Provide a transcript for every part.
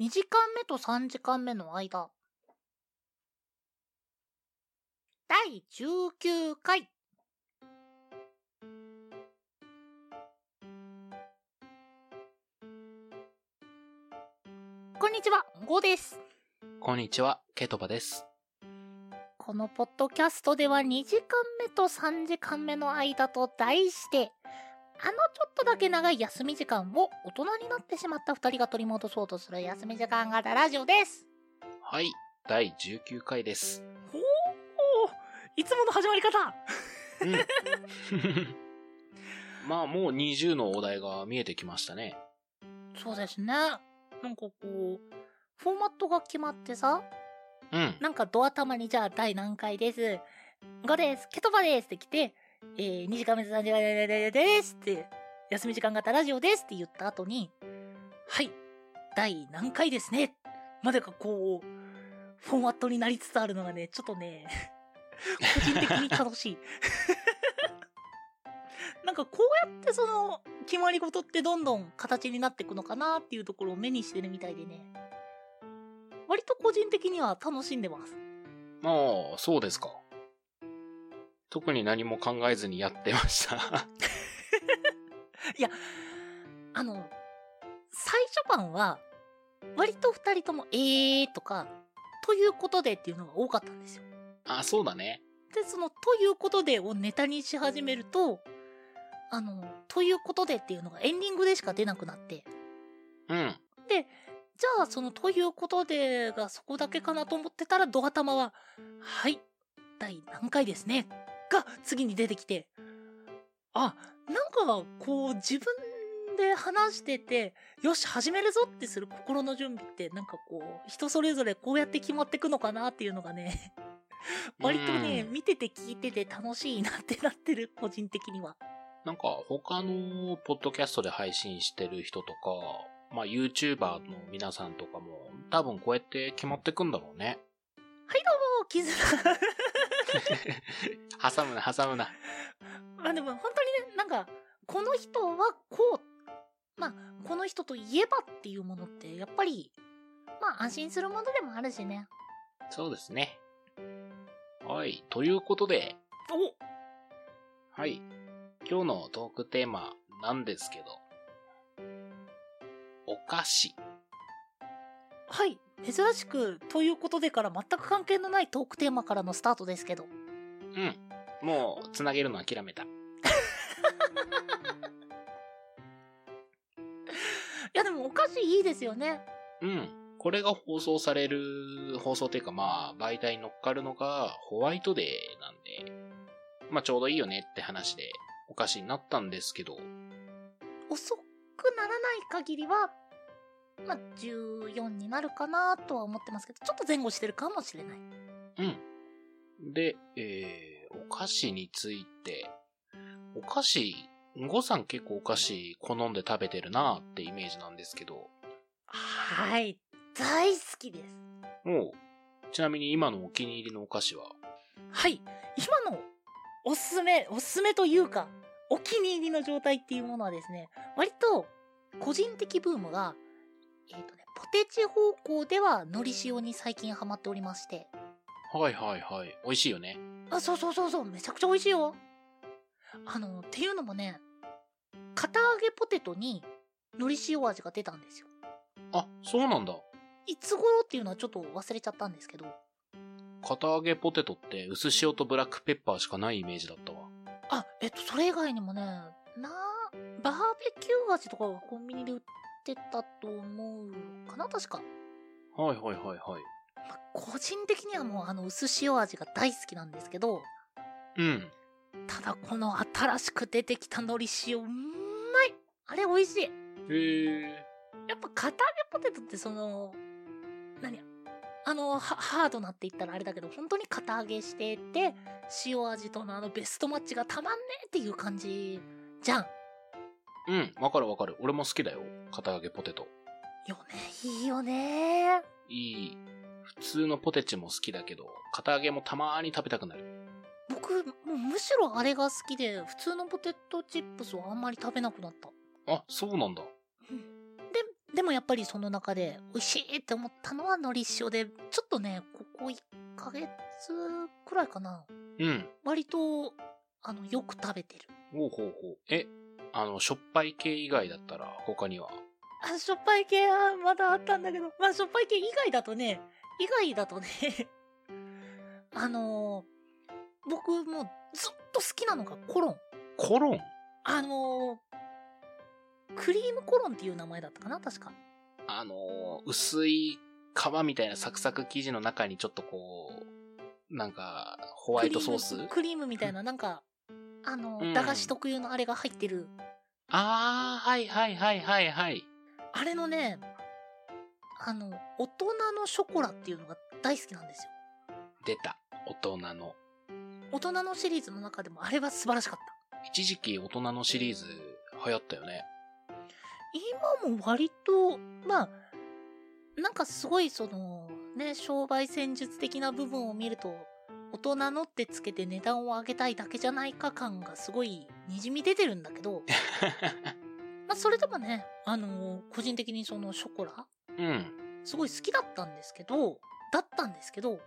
2時間目と3時間目の間。第19回。こんにちは、ゴです。こんにちは、ケトバです。このポッドキャストでは2時間目と3時間目の間と題して、あのちょっとだけ長い休み時間を大人になってしまった2人が取り戻そうとする休み時間型ラジオです。はい、第19回です。おおいつもの始まり方うん。まあ、もう20のお題が見えてきましたね。そうですね。なんかこう、フォーマットが決まってさ、うん。なんかドア玉にじゃあ第何回です。5です。ケトバですって来て、えー、2時間目と3時間目ですって、休み時間型ラジオですって言った後に、はい、第何回ですね。までがこう、フォーマットになりつつあるのがね、ちょっとね、個人的に楽しい。 なんかこうやってその決まり事ってどんどん形になっていくのかなっていうところを目にしてるみたいでね割と個人的には楽しんでますまあ、そうですか。特に何も考えずにやってました。 いや、あの、最初版は、割と二人とも、えーとか、ということでっていうのが多かったんですよ。あ、そうだね。で、その、ということでをネタにし始めると、あの、ということでっていうのがエンディングでしか出なくなって、うん。じゃあ、その、ということでがそこだけかなと思ってたら、ドア玉は、はい、第何回ですね、が次に出てきて、あ、なんか、こう、自分で話してて、よし、始めるぞってする心の準備って、なんかこう、人それぞれこうやって決まってくのかなっていうのがね、割とね、う見てて聞いてて楽しいなってなってる、個人的には。なんか、他のポッドキャストで配信してる人とか、まあ、YouTuber の皆さんとかも、多分こうやって決まってくんだろうね。はい、どうも、絆。挟むな、挟むな。まあでも本当にね、なんか、この人はこう、まあ、この人といえばっていうものって、やっぱり、まあ安心するものでもあるしね。そうですね。はい。ということで、おはい。今日のトークテーマなんですけど、お菓子。はい。珍しく、ということでから全く関係のないトークテーマからのスタートですけど。うん。もう、つなげるの諦めた。いやでもお菓子いいですよね。うん。これが放送される、放送っていうかまあ、媒体に乗っかるのがホワイトデーなんで、まあちょうどいいよねって話でお菓子になったんですけど、遅くならない限りは、まあ14になるかなとは思ってますけど、ちょっと前後してるかもしれない。うん。で、えー、お菓子について、お菓子、ごさん結構お菓子好んで食べてるなってイメージなんですけど、はい。大好きです。もう、ちなみに今のお気に入りのお菓子は、はい。今のおすすめ、おすすめというか、お気に入りの状態っていうものはですね、割と個人的ブームが、えっ、とね、ポテチ方向では海苔塩に最近ハマっておりまして。はいはいはい、美味しいよね。あ、そうそうそうそう、めちゃくちゃ美味しいよ。あの、っていうのもね、片揚げポテトに海苔塩味が出たんですよ。あ、そうなんだ。いつ頃っていうのはちょっと忘れちゃったんですけど、片揚げポテトって薄塩とブラックペッパーしかないイメージだったわ。あ、えっと、それ以外にもね、な、バーベキュー味とかがコンビニで売ってたと思うかな確か。はいはいはいはい。まあ、個人的にはもうあの薄塩味が大好きなんですけど、うん。ただこの新しく出てきた海苔塩、うまいあれ美味しいへえ。やっぱ片揚げポテトってその、何あのはハードなって言ったらあれだけど、本当に片揚げしてて、塩味とのあのベストマッチがたまんねえっていう感じじゃん。うん、わかるわかる。俺も好きだよ。片揚げポテト。よね、いいよねいい。普通のポテチも好きだけど、片揚げもたまーに食べたくなる。僕もうむしろあれが好きで普通のポテトチップスはあんまり食べなくなったあ、そうなんだ。ででもやっぱりその中で美味しいって思ったのはのり塩で、ちょっとね、ここ1ヶ月くらいかな。うん。割と、あの、よく食べてる。ほうほうほう。え、あの、しょっぱい系以外だったら、他には。あ、しょっぱい系はまだあったんだけど、まあしょっぱい系以外だとね、以外だとね、 あのー僕もうずっと好きなのがコロン。コロンあのークリームコロンっていう名前だったかな確か。あのー、薄い皮みたいなサクサク生地の中にちょっとこう、なんか、ホワイトソークスリームクリームみたいな、なんか、あのーうん駄菓子特有のあれが入ってる。あー、はいはいはいはいはい。あれのね、あの、大人のショコラっていうのが大好きなんですよ。出た。大人の。大人のシリーズの中でもあれは素晴らしかった。一時期大人のシリーズ流行ったよ ね。今も割とまあなんかすごいそのね商売戦術的な部分を見ると大人のってつけて値段を上げたいだけじゃないか感がすごいにじみ出てるんだけどまあそれでもねあの個人的にそのショコラうん。すごい好きだったんですけどだったんですけど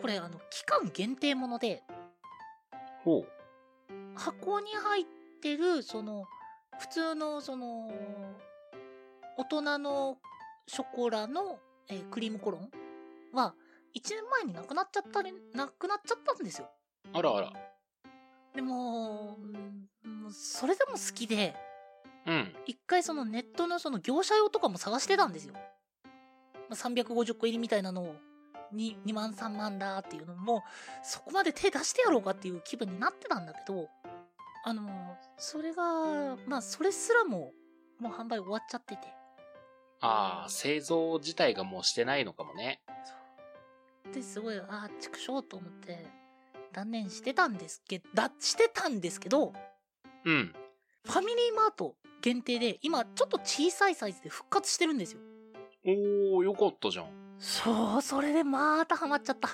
これあの期間限定ものでほう。箱に入ってるその普通のその大人のショコラの、えークリームコロンは1年前になくなっちゃったりなくなっちゃったんですよあらあら。でもうんもうそれでも好きでうん。一回そのネットのその業者用とかも探してたんですよ、まあ、350個入りみたいなのを 2, 2万3万だっていうのもそこまで手出してやろうかっていう気分になってたんだけどあのそれがまあそれすらももう販売終わっちゃっててあー、製造自体がもうしてないのかもね。ですごいああ畜生と思って断念してたんですけどしてたんですけどうん。ファミリーマート限定で今ちょっと小さいサイズで復活してるんですよおー、よかったじゃん。そうそれでまたハマっちゃった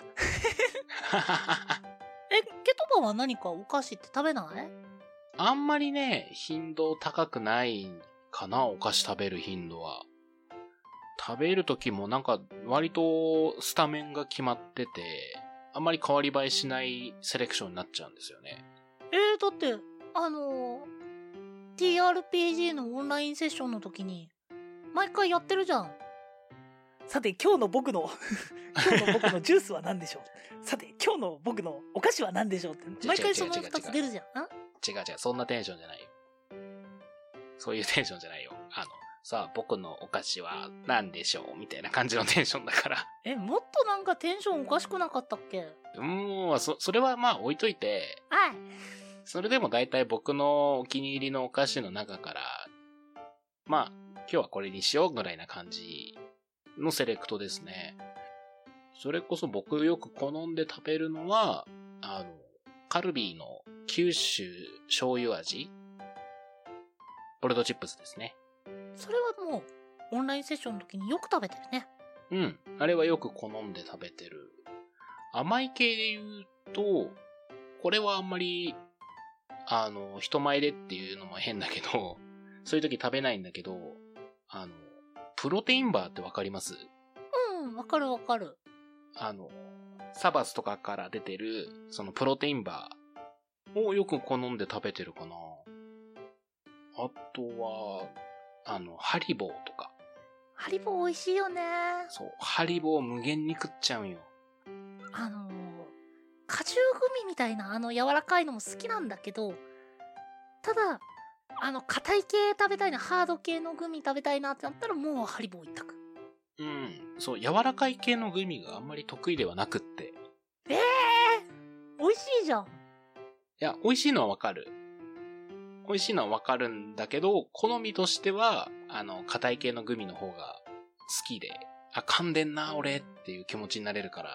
え、ケトバは何かお菓子って食べない あんまりね、頻度高くないかな、お菓子食べる頻度は。食べる時もなんか、割とスタメンが決まってて、あんまり変わり映えしないセレクションになっちゃうんですよね。えー、だって、あのー TRPG のオンラインセッションの時に、毎回やってるじゃん。さて、今日の僕の、 今日の僕のジュースは何でしょうさて、今日の僕のお菓子は何でしょうって、毎回その違う違う違う2つ出るじゃん。ん違う違う、そんなテンションじゃないよ。そういうテンションじゃないよ。あの、さあ、僕のお菓子は何でしょうみたいな感じのテンションだから。え、もっとなんかテンションおかしくなかったっけうーん、そ、それはまあ置いといて、はい。それでも大体僕のお気に入りのお菓子の中から、まあ、今日はこれにしようぐらいな感じのセレクトですね。それこそ僕よく好んで食べるのは、あの、カルビーの九州醤油味ポルトチップスですね。それはもう、オンラインセッションの時によく食べてるね。うん。あれはよく好んで食べてる。甘い系で言うと、これはあんまり、あの、人前でっていうのも変だけど、 そういう時食べないんだけど、あの、プロテインバーってわかりますうん、わかるわかる。あの、サバスとかから出てる、そのプロテインバーをよく好んで食べてるかな。あとは、あの、ハリボーとか。ハリボー美味しいよね。そう、ハリボー無限に食っちゃうんよ。あのー果汁グミみたいなあの柔らかいのも好きなんだけどただあの硬い系食べたいなハード系のグミ食べたいなってなったらもうハリボー一択うん。そう、柔らかい系のグミがあんまり得意ではなくって。ええー、美味しいじゃんいや、美味しいのはわかる。美味しいのはわかるんだけど、好みとしては、あの、硬い系のグミの方が好きで、あ、噛んでんな、俺っていう気持ちになれるから。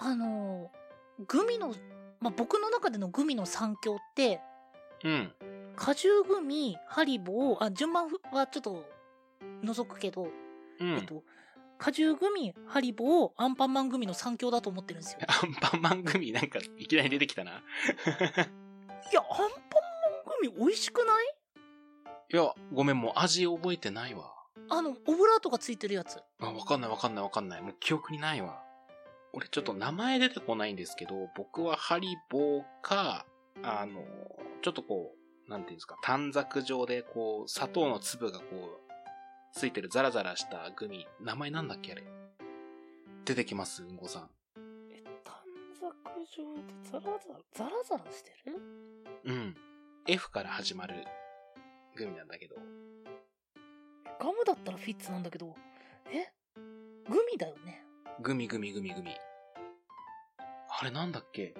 あのーグミの、まあ、僕の中でのグミの三強ってうん。果汁グミハリボーあ順番はちょっと除くけど、うえっん。 と果汁グミハリボーアンパンマングミの三強だと思ってるんですよアンパンマングミなんかいきなり出てきたな。いやアンパンマングミ美味しくないいや、ごめん、もう味覚えてないわ。あの、オブラートがついてるやつ。あ、わかんないわかんないわかんない。もう記憶にないわ。俺ちょっと名前出てこないんですけど、僕はハリボーか、あの、ちょっとこう、なんていうんですか、短冊状で、こう、砂糖の粒がこう、ついてるザラザラしたグミ。名前なんだっけあれ。出てきますうんごさん。え、短冊状でザラザラ、ザラザラしてるうん。F から始まるグミなんだけど。ガムだったらフィッツなんだけど、えグミだよね。グミグミグミグミ。あれなんだっけ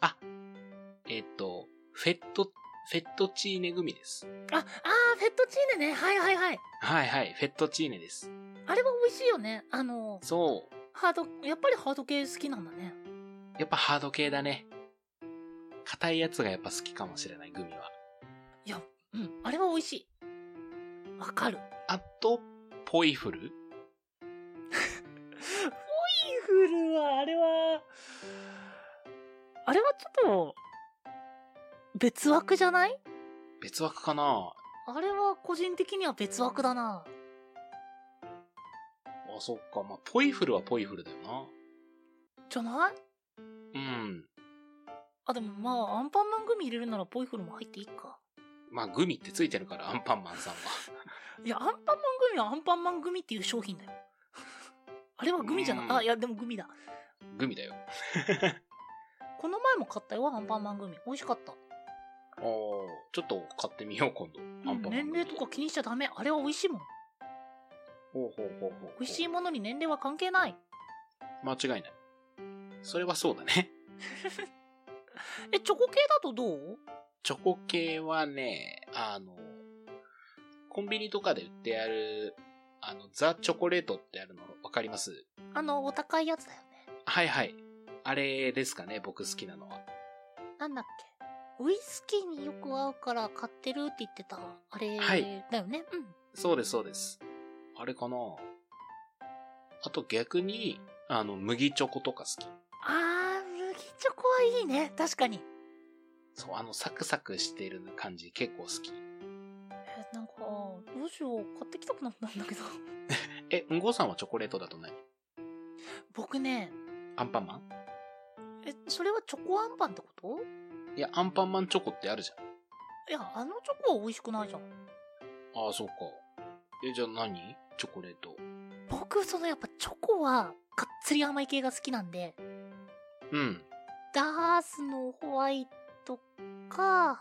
あ、えっ、と、フェット、フェットチーネグミです。あ、あー、フェットチーネね。はいはいはい。はいはい、フェットチーネです。あれは美味しいよね。あの、そハード、やっぱりハード系好きなんだね。う、やっぱハード系だね。硬いやつがやっぱ好きかもしれない、グミは。いや、うん、あれは美味しい。わかる。あと、ポイフルインフルは、あれは、あれはちょっと、別枠じゃない別枠かなあれは個人的には別枠だな。あ、そっか。まあ、ポイフルはポイフルだよな。じゃないうん。あ、でもまあ、アンパンマングミ入れるならポイフルも入っていいか。まあ、グミってついてるから、アンパンマンさんは。いや、アンパンマングミはアンパンマングミっていう商品 だよ。あれはグミじゃうんないあ、いや、でもグミだ。グミだよ。この前も買ったよ、アンパンマングミ。美味しかった。ああ、ちょっと買ってみよう、今度。アンパンマン年齢とか。気にしちゃダメ。あれは美味しいもん。ほうほうほうほう。美味しいものに年齢は関係ない。間違いない。それはそうだね。 え、チョコ系だとどうチョコ系はね、あの、コンビニとかで売ってある、あの、ザ・チョコレートってあるのわかりますあの、お高いやつだよね。はいはい。あれですかね、僕好きなのは。なんだっけ。ウイスキーによく合うから買ってるって言ってた。あれ、はいだよね。うん。そうです、そうです。あれかなあと逆に、あの、麦チョコとか好き。あー、麦チョコはいいね。確かに。そう、あの、サクサクしてる感じ結構好き。え、なんか、どうしよう。買ってきたくなったんだけど。 え、うんごさんはチョコレートだと何僕ね、アンパンマンえ、それはチョコアンパンってこといや、アンパンマンチョコってあるじいや、あのチョコは美味しくないじゃん。ゃん。ああ、そうか。え、じゃあ何チョコレート。僕、そのやっぱチョコは、がっつり甘い系が好きなんで、うん。ダースのホワイトか、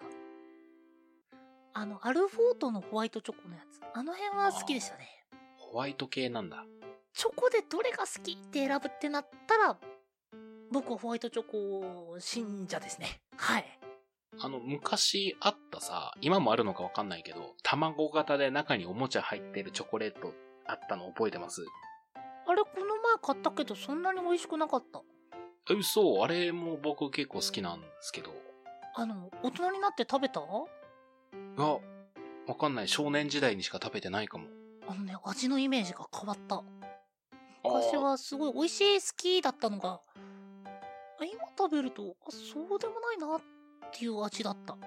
あの、アルフォートのホワイトチョコのやつ。あの辺は好きでしたね。ホワイト系なんだ。チョコでどれが好きって選ぶってなったら、僕はホワイトチョコ信者ですね。はい。あの、昔あったさ、今もあるのかわかんないけど、卵型で中におもちゃ入ってるチョコレートあったの覚えてますあれ、この前買ったけど、そんなに美味しくなかった。え、嘘あれも僕結構好きなんですけど。あの、大人になって食べたあ、わかんない。少年時代にしか食べてないかも。あのね、味のイメージが変わった。あー昔はすごい美味しい好きだったのが、今食べると、あ、そうでもないなっていう味だった。か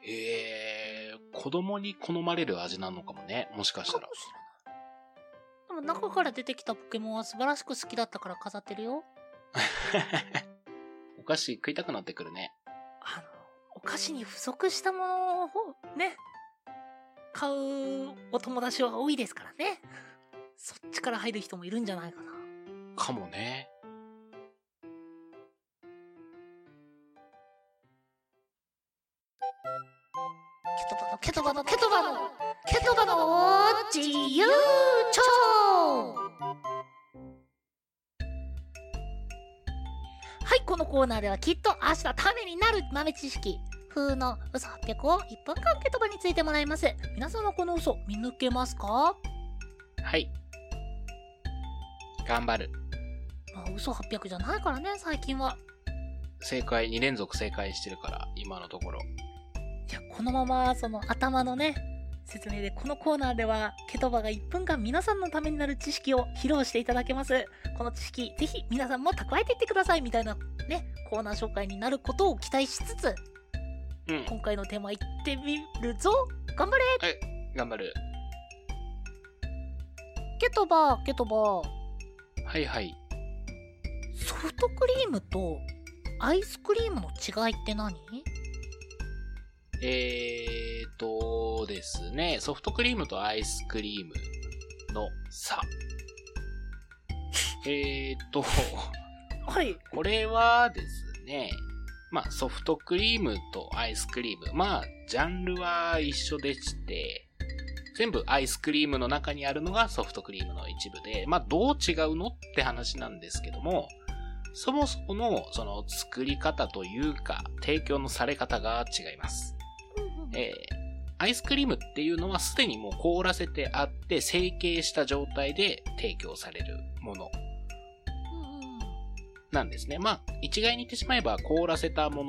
へえ、子供に好まれる味なのかもね。もしかもししたれらない。。でも中から出てきたポケモンは素晴らしく好きだったから飾ってるよ。お菓子食いたくなってくるね。あの、お菓子に不足したものを、ね、買うお友達は多いですからね。そっちから入る人もいるんじゃないかな。かもね。ケトバの、ケトバの、ケトバの、ケトバの自由帳はい、このコーナーではきっと明日ためになる豆知識風の嘘800を1分間ケトバについてもらいます。皆さんはこの嘘見抜けますかはい。頑張る。まあ、嘘800じゃないからね、最近は。正解、2連続正解してるから、今のところ。いやこのままその頭のね説明でこのコーナーではケトバが1分間皆さんのためになる知識を披露していただけますこの知識ぜひ皆さんも蓄えていってくださいみたいなねコーナー紹介になることを期待しつつうん。今回のテーマ行ってみるぞ頑張れ頑張る。ケトバーケトバーはいはい。ソフトクリームとアイスクリームの違いって何えーとですね、ソフトクリームとアイスクリームの 差。えーと、はいこれはですね、まあソフトクリームとアイスクリーム、まあジャンルは一緒でして、全部アイスクリームの中にあるのがソフトクリームの一部で、まあどう違うのって話なんですけども、そもそものその作り方というか、提供のされ方が違います。えーアイスクリームっていうのはすでにもう凍らせてあって成形した状態で提供されるものなんですね。まあ、一概に言ってしまえば凍らせたも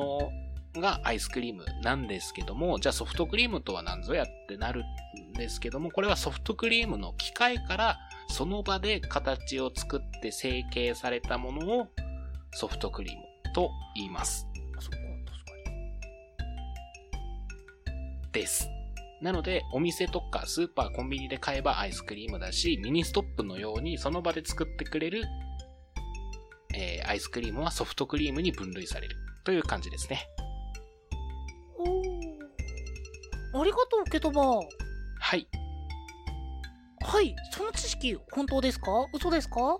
のがアイスクリームなんですけども、じゃあソフトクリームとは何ぞやってなるんですけども、これはソフトクリームの機械からその場で形を作って成形されたものをソフトクリームと言います。あそっかです。なので、お店とかスーパー、コンビニで買えばアイスクリームだし、ミニストップのようにその場で作ってくれる、えーアイスクリームはソフトクリームに分類されるという感じですね。確かにおーありがとうケトバーはい。 はいその知識本当ですか嘘ですかちょっ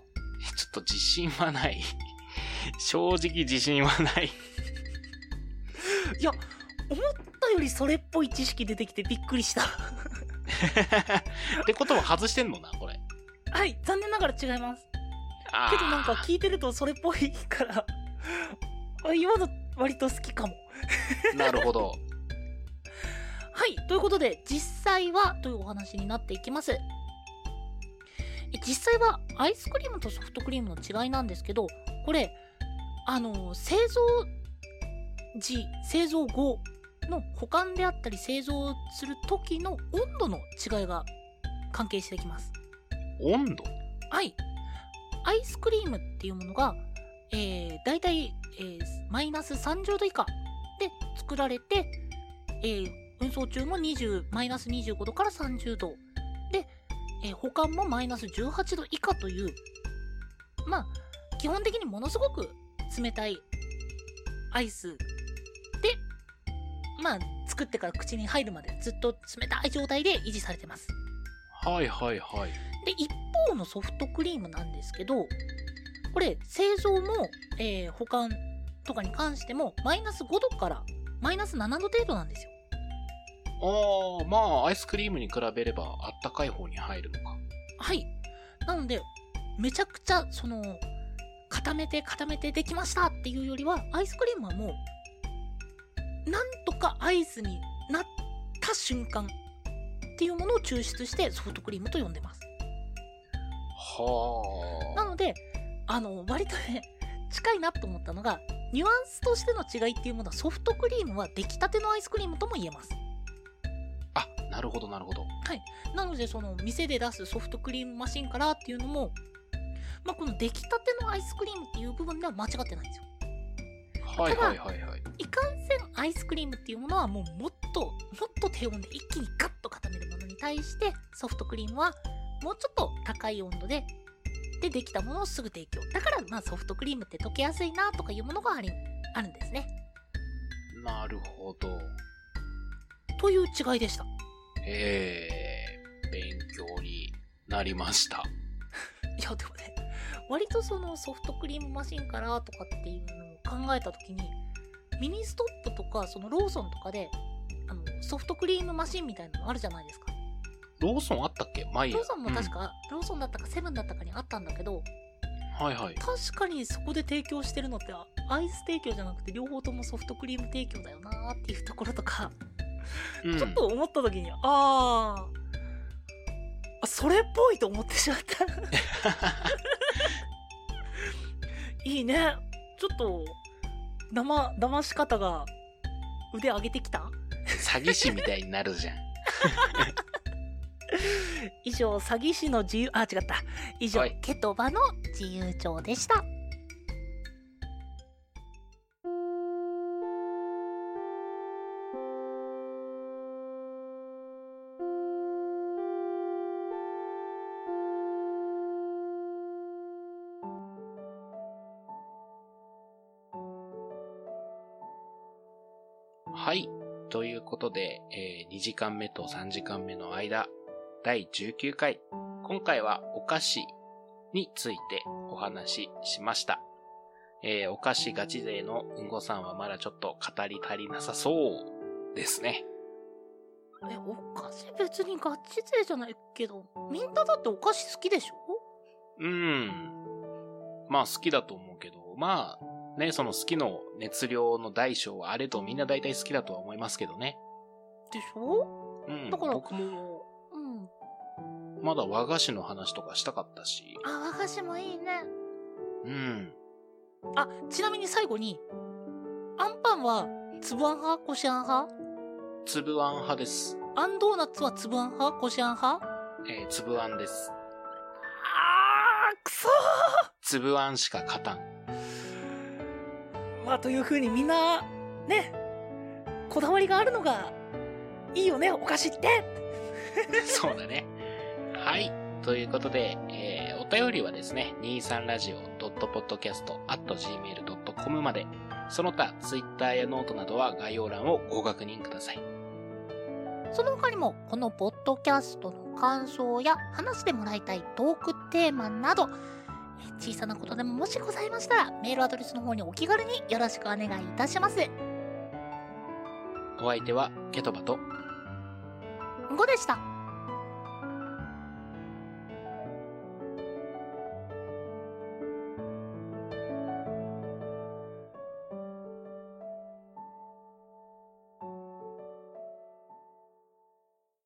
と自信はない。 正直自信はない。 思ったよりそれっぽい知識出てきてびっくりした ってことは外してんのな、これ。はい残念ながら違いますあーけどなんか聞いてるとそれっぽいから あ今の割と好きかもなるほど。はいということで実際はというお話になっていきますえ実際はアイスクリームとソフトクリームの違いなんですけどこれあの製造時製造後の保管であったり製造する時の温度の違いが関係してきます温度はい。アイスクリームっていうものが、えー、大体、えーマイナス30度以下で作られて、えー運送中も20、マイナス25度から30度。で、えー保管もマイナス18度以下という、まあ、基本的にものすごく冷たいアイスで、まあ、作ってから口に入るまでずっと冷たい状態で維持されてます。はいはいはい。で一方のソフトクリームなんですけどこれ製造も、えー保管とかに関してもマイナス5度からマイナス7度程度なんですよああ、まあ、アイスクリームに比べればあったかい方に入るのか。はいなのでめちゃくちゃその固めて固めてできましたっていうよりはアイスクリームはもうなんとかアイスになった瞬間っていうものを抽出してソフトクリームと呼んでますなはのであの割とね近いなと思ったのがニュアンスとしての違いっていうものはソフトクリームは出来たてのアイスクリームとも言えますあ。あ、なるほどなるほど。なのでその店で出すソフトクリームマシンからっていうのも、まあ、この出来たてのアイスクリームっていう部分では間違ってないんですよはいはいはいはい。いかんせんアイスクリームっていうものはもうもっともっと低温で一気にガッと固めるものに対してソフトクリームはもうちょっと高い温度ででできたものをすぐ提供だからまあソフトクリームって溶けやすいなとかいうものがありあるんですねなるほど。という違いでしたえー、勉強になりました。いやでもね 割とそのソフトクリームマシンからとかっていうのを考えた時にミニストップとかそのローソンとかであのソフトクリームマシンみたいなのあるじゃないですかローソンあったっけ前ローソンも確、か、ローソンだったかセブンだったかにあったんだけどうんはいはい。確かにそこで提供してるのってあアイス提供じゃなくて両方ともソフトクリーム提供だよなーっていうところとか、うんちょっと思った時にあーあそれっぽいと思ってしまっ たいいね。ちょっと、だま、騙し方が腕上げてきた詐欺師みたいになるじゃん。以上、詐欺師の自由、あ、違った。以上、はいケトバの自由帳でした。はい。ということで、えー2時間目と3時間目の間、第19回、今回はお菓子についてお話ししました。えーお菓子ガチ勢のうんごさんはまだちょっと語り足りなさそうですね。え、お菓子別にガチ勢じゃないけど、みんなだってお菓子好きでしょうーん。まあ好きだと思うけど、まあね、その好きの熱量の大小はあれとみんな大体好きだとは思いますけどね。でしょうん。だから僕もうん。まだ和菓子の話とかしたかったし。あ、和菓子もいいね。うん。あ、ちなみに最後に、アンパンは、つぶあん派こしあん派つぶあん派です。あんドーナツはつぶあん派こしあん派えー、つぶあんです。あー、くそつぶあんしか勝たん。 まあ、というふうにみんな、ね、こだわりがあるのが、いいよね、お菓子ってそうだね。はい。ということで、えーお便りはですね、23radio.podcast.gmail.com まで、その他、Twitter やノートなどは概要欄をご確認ください。その他にも、このポッドキャストの感想や、話してもらいたいトークテーマなど、え小さなことでももしございましたら、メールアドレスの方にお気軽によろしくお願いいたします。お相手は、ケトバと、んごでした。